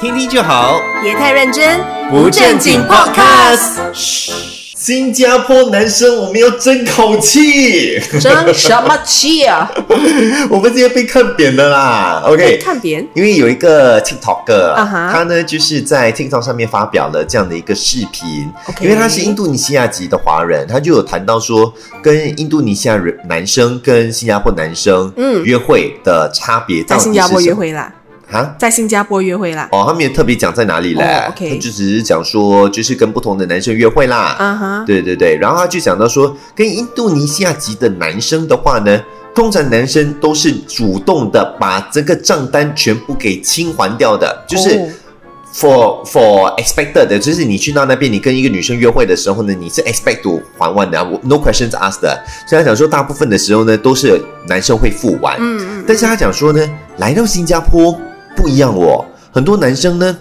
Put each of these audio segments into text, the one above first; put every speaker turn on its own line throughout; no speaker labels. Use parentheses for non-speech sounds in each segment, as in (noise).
听听就好。
别太认真，
嘘，新加坡男生我们要争口气， (laughs)
争什么气啊？
我们直接被看扁的啦。OK，
看扁
因为有一个 TikToker，、
啊哈
他呢就是在 TikTok 上面发表了这样的一个视频
OK
因为他是印度尼西亚籍的华人，他就有谈到说，跟印度尼西亚人男生跟新加坡男生
嗯
约会的差别到
在
底是
新加坡
什
约
么
会啦，
啊。
在新加坡约会啦。
哦，他没有特别讲在哪里嘞、
哦，OK
他就只是讲说，就是跟不同的男生约会啦。
啊哈，
对对对，然后他就讲到说，跟印度尼西亚籍的男生的话呢，通常男生都是主动的把这个账单全部给清还掉的，就是。
哦
for for expected 的，就是你去到那边，你跟一个女生约会的时候呢，你是 expect to 还完的、啊，我 no questions asked 的。虽然讲说大部分的时候呢，都是男生会付完，
嗯嗯，
但是他讲说呢，来到新加坡不一样哦，很多男生呢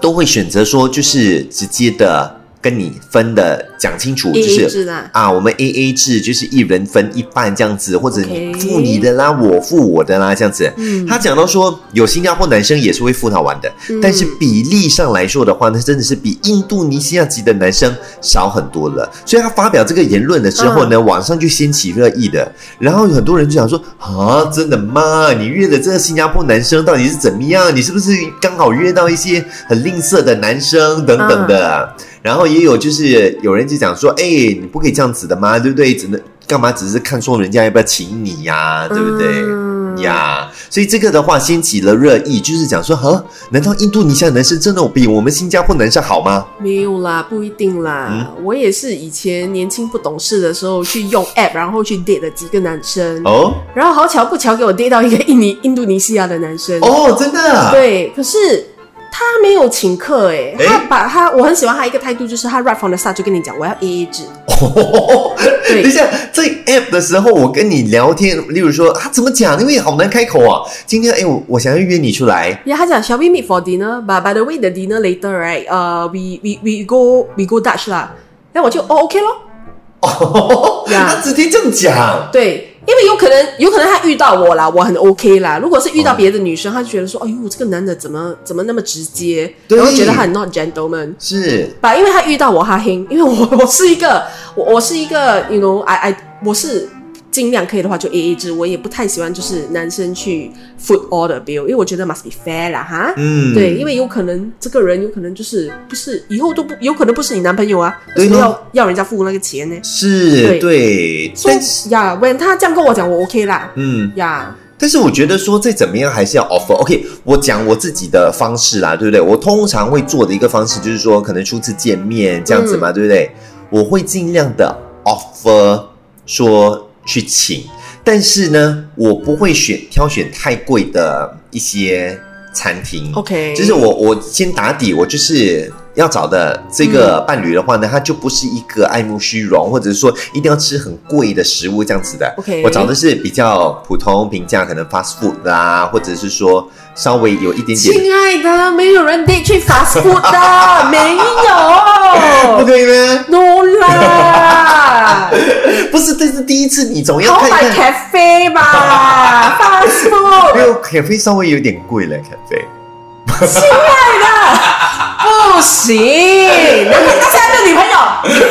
都会选择说，就是直接的跟你分的讲清楚，就
A A
是
制啦。
啊，我们 A A 制，就是一人分一半这样子，或者你
OK
付你的啦，我付我的啦这样子。
嗯，
他讲到说，有新加坡男生也是会付他玩的，
嗯
但是比例上来说的话呢，真的是比印度尼西亚籍的男生少很多了。所以他发表这个言论的时候呢，
嗯
网上就掀起热议的。然后有很多人就想说啊，真的吗？你约的这个新加坡男生到底是怎么样？你是不是刚好约到一些很吝啬的男生等等的？
嗯
然后也有就是有人就讲说，哎、你不可以这样子的吗？对不对？只能干嘛？只是看说人家要不要请你呀、对不对？
嗯
呀所以这个的话掀起了热议，就是讲说，哈，难道印度尼西亚男生真的比我们新加坡男生好吗？
没有啦，不一定啦。
嗯
我也是以前年轻不懂事的时候去用 app，然后去 date 了几个男生，
哦
然后好巧不巧给我 date 到一个印尼印度尼西亚的男生。
哦，真的，
(laughs) 对，可是他没有请客哎、
诶
他把他我很喜欢他一个态度，就是他 right from the start 就跟你讲我要 A A 制，
哦
对
等 (laughs) 一下，在 app 的时候，我跟你聊天，例如说啊，怎么讲？因为好难开口啊。今天哎，我我想要约你出来，
然后他讲 shall we meet for dinner but by the way the dinner later right 呃、we we we go we go Dutch 啦，然后我就哦 OK 咯，
哦，
呀
他直接这样讲，
对。因为有可能，有可能他遇到我啦，我很 OK 啦。如果是遇
哦
到别的女生，他就觉得说，哎呦，这个男的怎么怎么那么直接，
对
然后觉得他很 not gentleman。
是
吧，因为他遇到我哈黑，因为我 (laughs) 我是一个我我是一个，you know，I I 我是尽量可以的话就 A A 制，我也不太喜欢就是男生去 food order bill，因为我觉得 must be fair 啦哈。
嗯，
对，因为有可能这个人有可能就是不是以后都不有可能不是你男朋友啊，为
对
什么
咯
要要人家付那个钱呢？
是
对
对，
所
但是
以呀，when 他这样跟我讲，我 OK 啦。
嗯，
呀，
但是我觉得说再怎么样还是要 offer。OK，我讲我自己的方式啦，对不对？我通常会做的一个方式就是说，可能初次见面这样子嘛，对不对？我会尽量的 offer 说去请，但是呢，我不会选挑选太贵的一些餐厅。
OK
就是我我先打底，我就是要找的这个伴侣的话呢，他就不是一个爱慕虚荣，或者说一定要吃很贵的食物这样子的。
OK
我找的是比较普通平价，可能 fast food 啦，或者是说稍微有一点点。
亲爱的，没有人 date 去 fast food
(laughs)
的，没
不
有
可以吗？
，no
(laughs)
啦。
不是，但是第一次你总要
头
看
买
一看。
咖啡吧，fast food，
没有，咖啡稍微有点贵了，咖啡。
不
(laughs)
行，难怪他现在没有女朋友，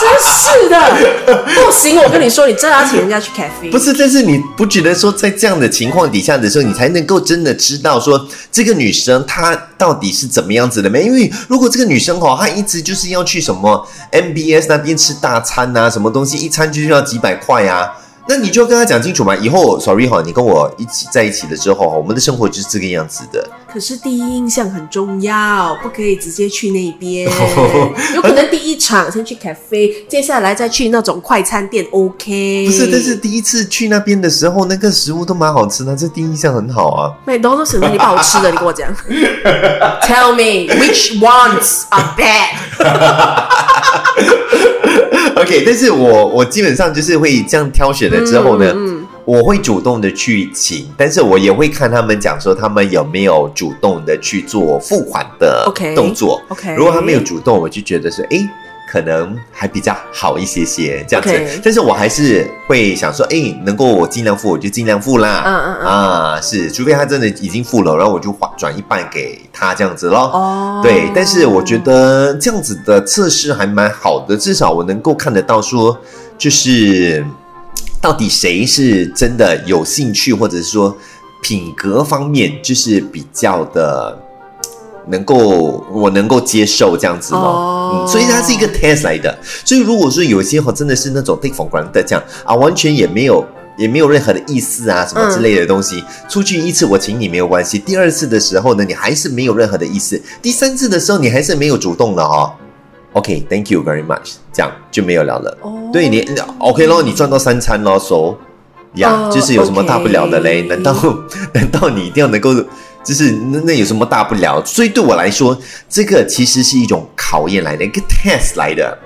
真是的，不行，我跟你说，你真的要请人家去咖啡，
不是，但是你不觉得说在这样的情况底下的时候，你才能够真的知道说这个女生她到底是怎么样子的没？因为如果这个女生哦，她一直就是要去什么 MBS 那边吃大餐啊，什么东西一餐就是要几百块啊。那你就要跟她讲清楚嘛，以后 sorry 哈，你跟我一起在一起了之后哈，我们的生活就是这个样子的。
可是第一印象很重要，不可以直接去那
(laughs)
边
哦，
有可能第一场先去咖啡，接下来再去那种快餐店，OK？
不是，但是第一次去那边的时候，那个食物都蛮好吃的，这第一印象很好啊。 (laughs)
麦当劳什么你不好吃的，你跟我讲，Tell me which ones are bad。
OK，但是我我基本上就是会这样挑选了之后呢，
嗯嗯
我会主动的去请，但是我也会看他们讲说他们有没有主动的去做付款的
OK，
动作。
OK，
如果他没有主动，我就觉得是哎。诶可能还比较好一些些这样子
OK
但是我还是会想说，哎、能够我尽量付我就尽量付啦，
嗯嗯嗯
啊，是，除非他真的已经付了，然后我就划转一半给他这样子咯。
哦，
对，但是我觉得这样子的测试还蛮好的，至少我能够看得到说，就是到底谁是真的有兴趣，或者是说品格方面就是比较的能够我能够接受这样子咯。
哦
嗯，所以它是一个 test 来的。所以如果说有些哦真的是那种 take for granted 这样啊，完全也没有。也没有任何的意思啊，
嗯
什么之类的东西。出去一次我请你没有关系，第二次的时候呢，你还是没有任何的意思，第三次的时候你还是没有主动了哦。OK，thank、you very much，这样就没有聊了。
哦
对你你 OK 咯，你赚到三餐咯，so 呀、
嗯哦
就是有什么大不了的嘞
OK
难道 (laughs) 难道你一定要能够就是那那有什么大不了？所以对我来说，这个其实是一种考验来的，一个 test 来的。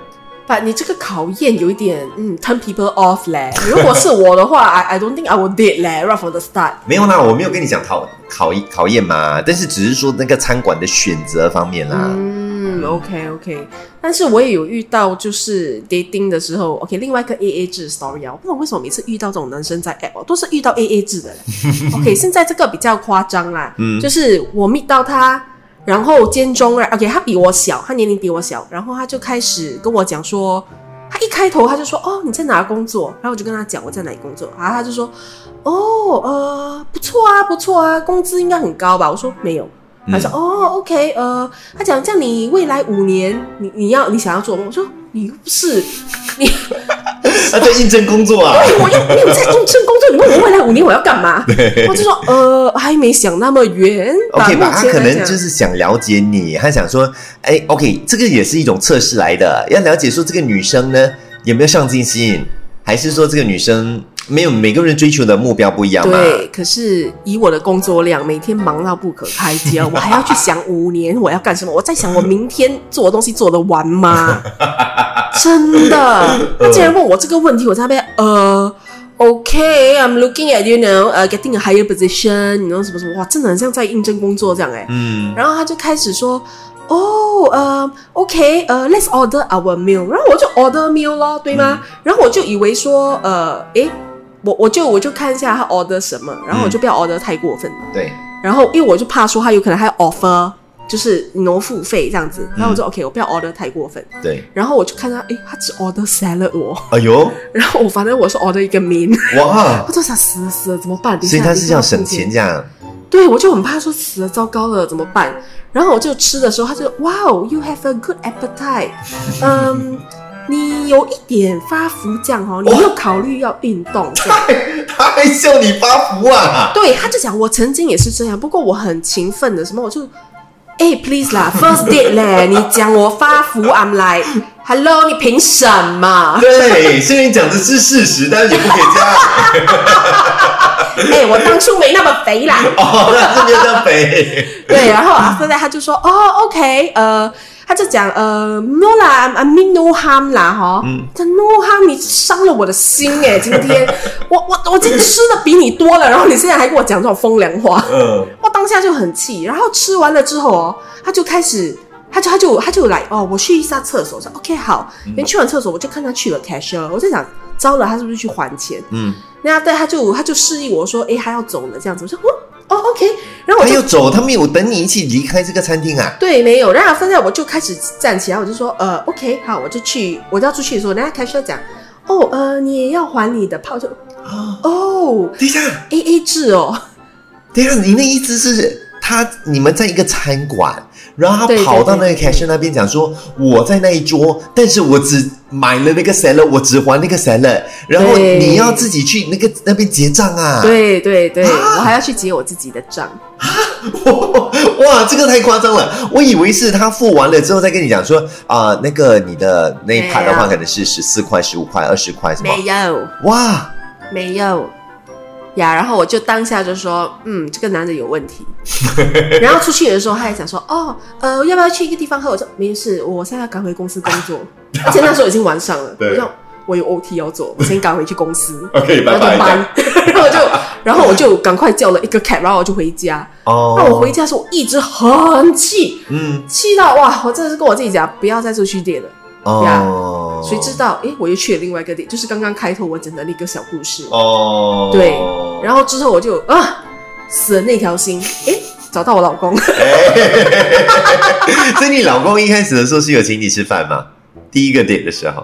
把你这个考验有一点，嗯，turn people off 嘞。如果是我的话，I I don't think I will date 嘞，right from the start。
没有啦，我没有跟你讲考考考验嘛，但是只是说那个餐馆的选择方面啦。
嗯，OK OK。但是我也有遇到，就是 dating 的时候，OK，另外一个 AA 制的 story 啊，我不懂为什么每次遇到这种男生在 app 哦都是遇到 AA 制的嘞。OK，现在这个比较夸张啦，
嗯
就是我 meet 到他。然后间中啊，OK，他比我小，他年龄比我小，然后他就开始跟我讲说，他一开头他就说：“哦，你在哪儿工作？”然后我就跟他讲我在哪里工作，然后他就说：“哦，呃，不错啊，不错啊，工资应该很高吧？”我说：“没有。”
嗯
他说：“哦，OK，呃，他讲这样你未来五年你你要你想要做梦。”我说：“你又不是你，
(laughs) 啊，对，应征工作
(laughs)
啊，
我又没有在应征工作，你问我未来五年我要
(laughs)
干嘛？”我就说：“呃，还没想那么远
OK 吧，
吧，
他
目前
可
来
能
讲
就是想了解你，他想说，哎，OK，这个也是一种测试来的，要了解说这个女生呢有没有上进心，还是说这个女生没有每个人追求的目标不一样嘛？
对，可是以我的工作量，每天忙到不可开交，我还要去想五年我要干什么，我在想我明天做的东西做得完吗？真的，他竟然问我这个问题，我在那边呃。OK，I'm、looking at you now，呃、getting a higher position，你知道什么什么，哇，真的很像在应征工作这样哎、
嗯，
然后他就开始说，哦，呃，OK，呃，Let's order our meal。然后我就 order meal 咯，对吗？
嗯
然后我就以为说，呃，诶，我我就我就看一下他 order 什么，然
嗯
后我就不要 order 太过分。
对，
然后因为我就怕说他有可能还 offer，就是挪付费这样
嗯
子。然后我就、OK，我不要 order 太过分。
对，
然后我就看他，诶，他只 order salad 我， (laughs)
哎呦，
然后我反正我是 order 一个 main，
哇
我，就想死了死了怎么办？等一
所以
下
他是
等一下
想省
付钱
钱这样，
对，我就很怕说死了，糟糕了怎么办？然后我就吃的时候，他就哇哦，you have a good appetite，嗯，你有一点发福这样哦，你要考虑要运动这样。
(laughs) 他还笑你发福啊？
对，他就讲我曾经也是这样，不过我很勤奋的，什么我就，哎，please 啦，first date 嘞，你讲我发福，I'm like，hello，你凭什
(laughs)
么？
对，虽然讲的是事实，但是也不可以这样。
哎，我当初没那么肥啦。
(laughs) 哦，那这边的肥，
对，然后 after that 他就说，哦，OK，呃，他就讲，呃，no 啦，I mean no harm 啦，哈，他 no harm，你伤了我的心哎、今天 (laughs) 我我我今天吃的比你多了，然后你现在还跟我讲这种风凉话，
嗯，
我当下就很气，然后吃完了之后哦，他就开始。他就他就他就来哦，我去一下厕所，我说 OK 好。连去完厕所，我就看他去了 cashier，我在想，糟了，他是不是去还钱？
嗯，
那对他就他就示意我说，诶，他要走了这样子，我说哦哦 OK，然后我
他
就
要哎走，他没有等你一起离开这个餐厅啊？
对，没有。然后现在我就开始站起来，我就说，呃，OK，好，我就去，我要出去的时候，人家开始讲，哦，呃，你也要还你的炮，就
啊，
哦
等一下。
，A A 制哦，
等一下，你那意思是他你们在一个餐馆，然后
对
他
对
跑到那
对
个 cashier 那边讲说，我在那一桌，但是我只买了那个 salad，我只还那个 salad，然后
对
你要自己去那个那边结账啊。，
(laughs) 对对对，
啊
我还要去结我自己的账，
(laughs) 哇，这个太夸张了，我以为是他付完了之后再跟你讲说啊、那个你的那一盘的
没
话
有
可能是十四块、十五块、二十块什么。
没有，
哇，
没有。呀，然后我就当下就说，嗯，这个男的有问 (laughs) 题。然后出去的时候，他还讲说，哦，呃，要不要去一个地方喝？我说没事，我现在要赶回公司工作，而且那时候已经晚上 (laughs) 了，
对
我说我有 OT 要做，我先赶回去公司。
OK，
然后就搬， (laughs) 然后我就，然后我就赶快叫了一个 cab，然后我就回家。
哦，
那我回家的时候，我一直很气，
嗯，
气到哇，我真的是跟我自己讲，不要再出去练了。
哦，
谁知道？诶，我又去了另外一个地，就是刚刚开头我讲的那个小故事。
哦，
对然后之后我就啊，死了那条心，诶，找到我老公。 (laughs)
(laughs) 所以你老公一开始的时候是有请你吃饭吗？第一个点的时候，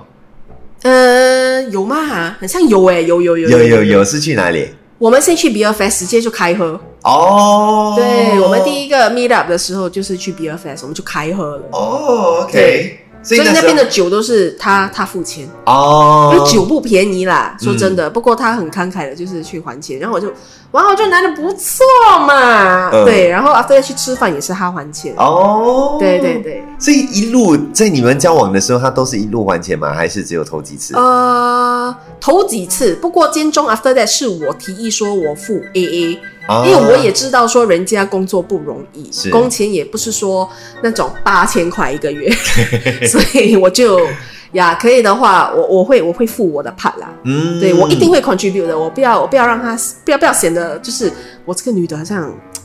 呃，有吗？很像有诶，有有有
有有。有是去哪里？
我们先去 Beer Fest，直接就开喝。
哦，
对我们第一个 meet up 的时候就是去 Beer Fest，我们就开喝了。
哦，OK，
对
所
所以那边
的
的酒都是他他付钱，因
哦
为酒不便宜啦，说
嗯
真的。不过他很慷慨的，就是去还钱。然后我就，哇，我就男的不错嘛，
嗯
对。然后 after that 去吃饭也是他还钱，
哦，
对对。对。
所以一路在你们交往的时候，他都是一路还钱吗？还是只有头几次？
呃，头几次，不过间中 after that 是我提议说我付 AA，、
啊
因为我也知道说人家工作不容易
是，
工钱也不是说那种八千块一
(laughs)
个月，所以我就呀，可以的话，我我会我会付我的 part 啦。
嗯
对我一定会 contribute 的，我不要我不要让他不要不要显得就是我这个女的好像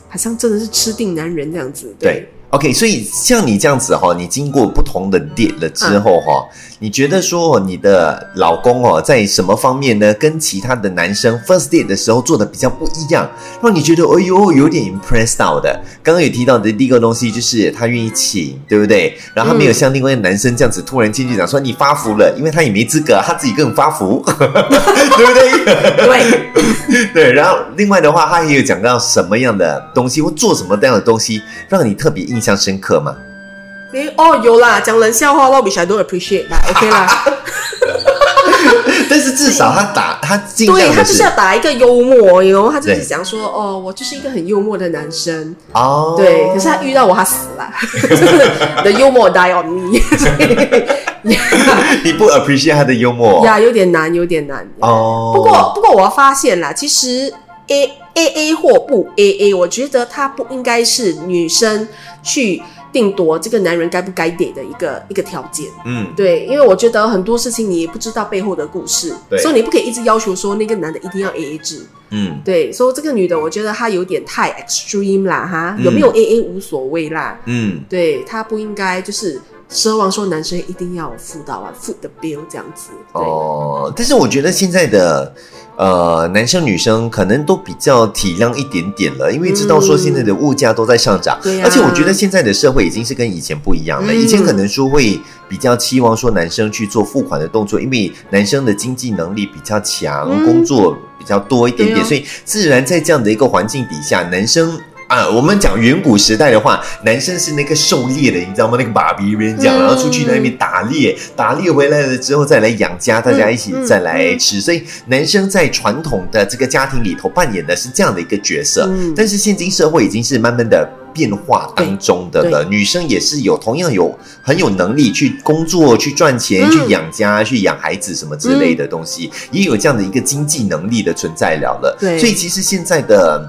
好像真的是吃定男人这样子。
对。OK，所以像你这样子哈、你经过不同的 date 了之后哈、你觉得说你的老公哦，在什么方面呢，跟其他的男生 first date 的时候做的比较不一样，让你觉得哎呦有点 impressed 到的？刚刚有提到的第一个东西就是他愿意请，对不对？然后他没有
嗯
像另外一个男生这样子突然进去讲说你发福了，因为他也没资格，他自己更发福， (laughs) 对不对？
对，
(laughs) 对，然后另外的话，他也有讲到什么样的东西，或做什么样的东西，让你特别印象深刻吗？
你哦有啦，讲冷笑话我 which I don't appreciate 啦
(laughs)
，OK 啦。
但是至少他打他尽
对
量
他
的
就是要打一个幽默，然后他就是
对
想说哦，我就是一个很幽默的男生，
哦，
对。可是他遇到我，他死了 (laughs)
(laughs)
，the humor die on me，所以呀
你不 appreciate 他的幽默
呀有点难，有点难。
哦。
不过不过我发现啦，其实 A A A 或不 A A，我觉得它不应该是女生去定夺这个男人该不该给的一个一个条件。
嗯，
对，因为我觉得很多事情你也不知道背后的故事
对，
所以你不可以一直要求说那个男的一定要 A A 制。
嗯
对，所以这个女的，我觉得她有点太 extreme 啦，哈，
嗯
有没有 A A 无所谓啦，
嗯
对她不应该就是奢望说男生一定要付到啊付的 bill 这样子，对，
哦。但是我觉得现在的呃男生女生可能都比较体谅一点点了，因为知
嗯
道说现在的物价都在上涨，
对呀、啊
而且我觉得现在的社会已经是跟以前不一样了，
嗯
以前可能说会比较期望说男生去做付款的动作，因为男生的经济能力比较强，
嗯
工作比较多一点点，
对啊
所以自然在这样的一个环境底下，男生。啊，我们讲远古时代的话，男生是那个狩猎的，你知道吗？那个爸比人讲，
嗯
然后出去那边打猎，打猎回来了之后再来养家，大家一起
嗯嗯
再来吃。所以男生在传统的这个家庭里头扮演的是这样的一个角色。
嗯
但是现今社会已经是慢慢的变化当中的了，女生也是有同样有很有能力去工作、去赚钱、
嗯
去养家、去养孩子什么之类的东西，也有这样的一个经济能力的存在了了。
对
所以其实现在的。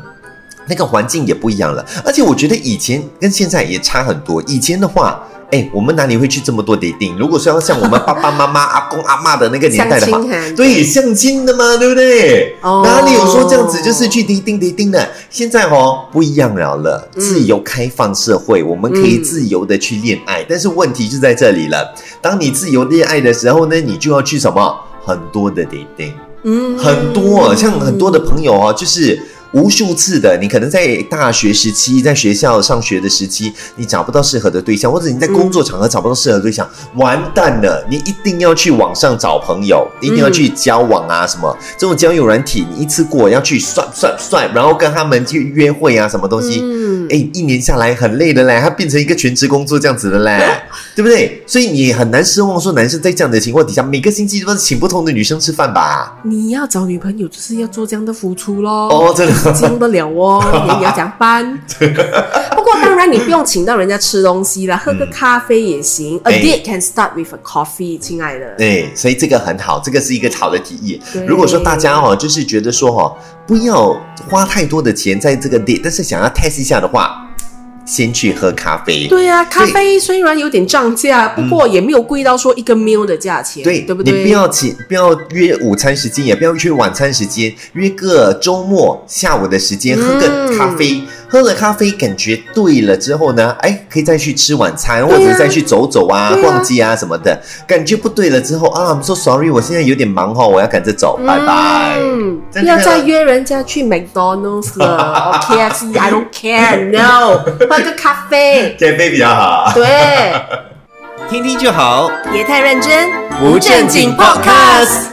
那个环境也不一样了，而且我觉得以前跟现在也差很多。以前的话，哎、我们哪里会去这么多 dating？如果说要像我们爸爸妈 (laughs) 妈、阿公阿妈的那个年
相
代的
亲
话，
哈，
对，相亲的嘛，对不对？
哦
哪里有说这样子就是去滴叮滴叮的？现在哦不一样了了，
嗯
自由开放社会，我们可以
嗯
自由的去恋爱，但是问题就在这里了。当你自由恋爱的时候呢，你就要去什么很多的 dating，
嗯
很多像很多的朋友哦，就是。无数次的，你可能在大学时期，在学校上学的时期，你找不到适合的对象，或者你在工作场合找不到适合的对象，完蛋了！你一定要去网上找朋友，一定要去交往啊，什么这种交友软体，你一次过要去算算算，然后跟他们去约会啊，什么东西。
嗯
哎、一年下来很累的嘞，它变成一个全职工作这样子的嘞，对不对？所以你很难奢望说男生在这样的情况底下，每个星期都是请不同的女生吃饭吧？
你要找女朋友就是要做这样的付出咯。
哦，真的。
经得
(laughs)
了哦，你也要讲班。不过当然，你不用请到人家吃东
嗯
西啦，喝个咖啡也行。
哎
a date can start with a coffee，亲爱的。
对，所以这个很好，这个是一个好的提议
对。
如果说大家哦，就是觉得说哦，不要花太多的钱在这个 date，但是想要 test 一下的话，先去喝咖啡。
对呀、啊，咖啡虽然有点涨价，不过也没有贵到说一个 meal 的价钱，
嗯对，
对不
你
对？
不要请，不要约午餐时间，也不要约晚餐时间，约个周末下午的时间，喝个
嗯
咖啡，喝了咖啡感觉对了之后呢，哎，可以再去吃晚餐，或者是再去走走啊、
对啊
逛街啊什么的。感觉不对了之后啊，I'm so sorry，我现在有点忙哈，我要赶着走，拜拜。
嗯，
再
不要
见
再
了
约人家去
(laughs)
McDonald's 了哦，or KFC，I don't care，no，喝个咖啡，
减肥比较好， (laughs)
对，
听听就好，
别太认真，
不正经 podcast。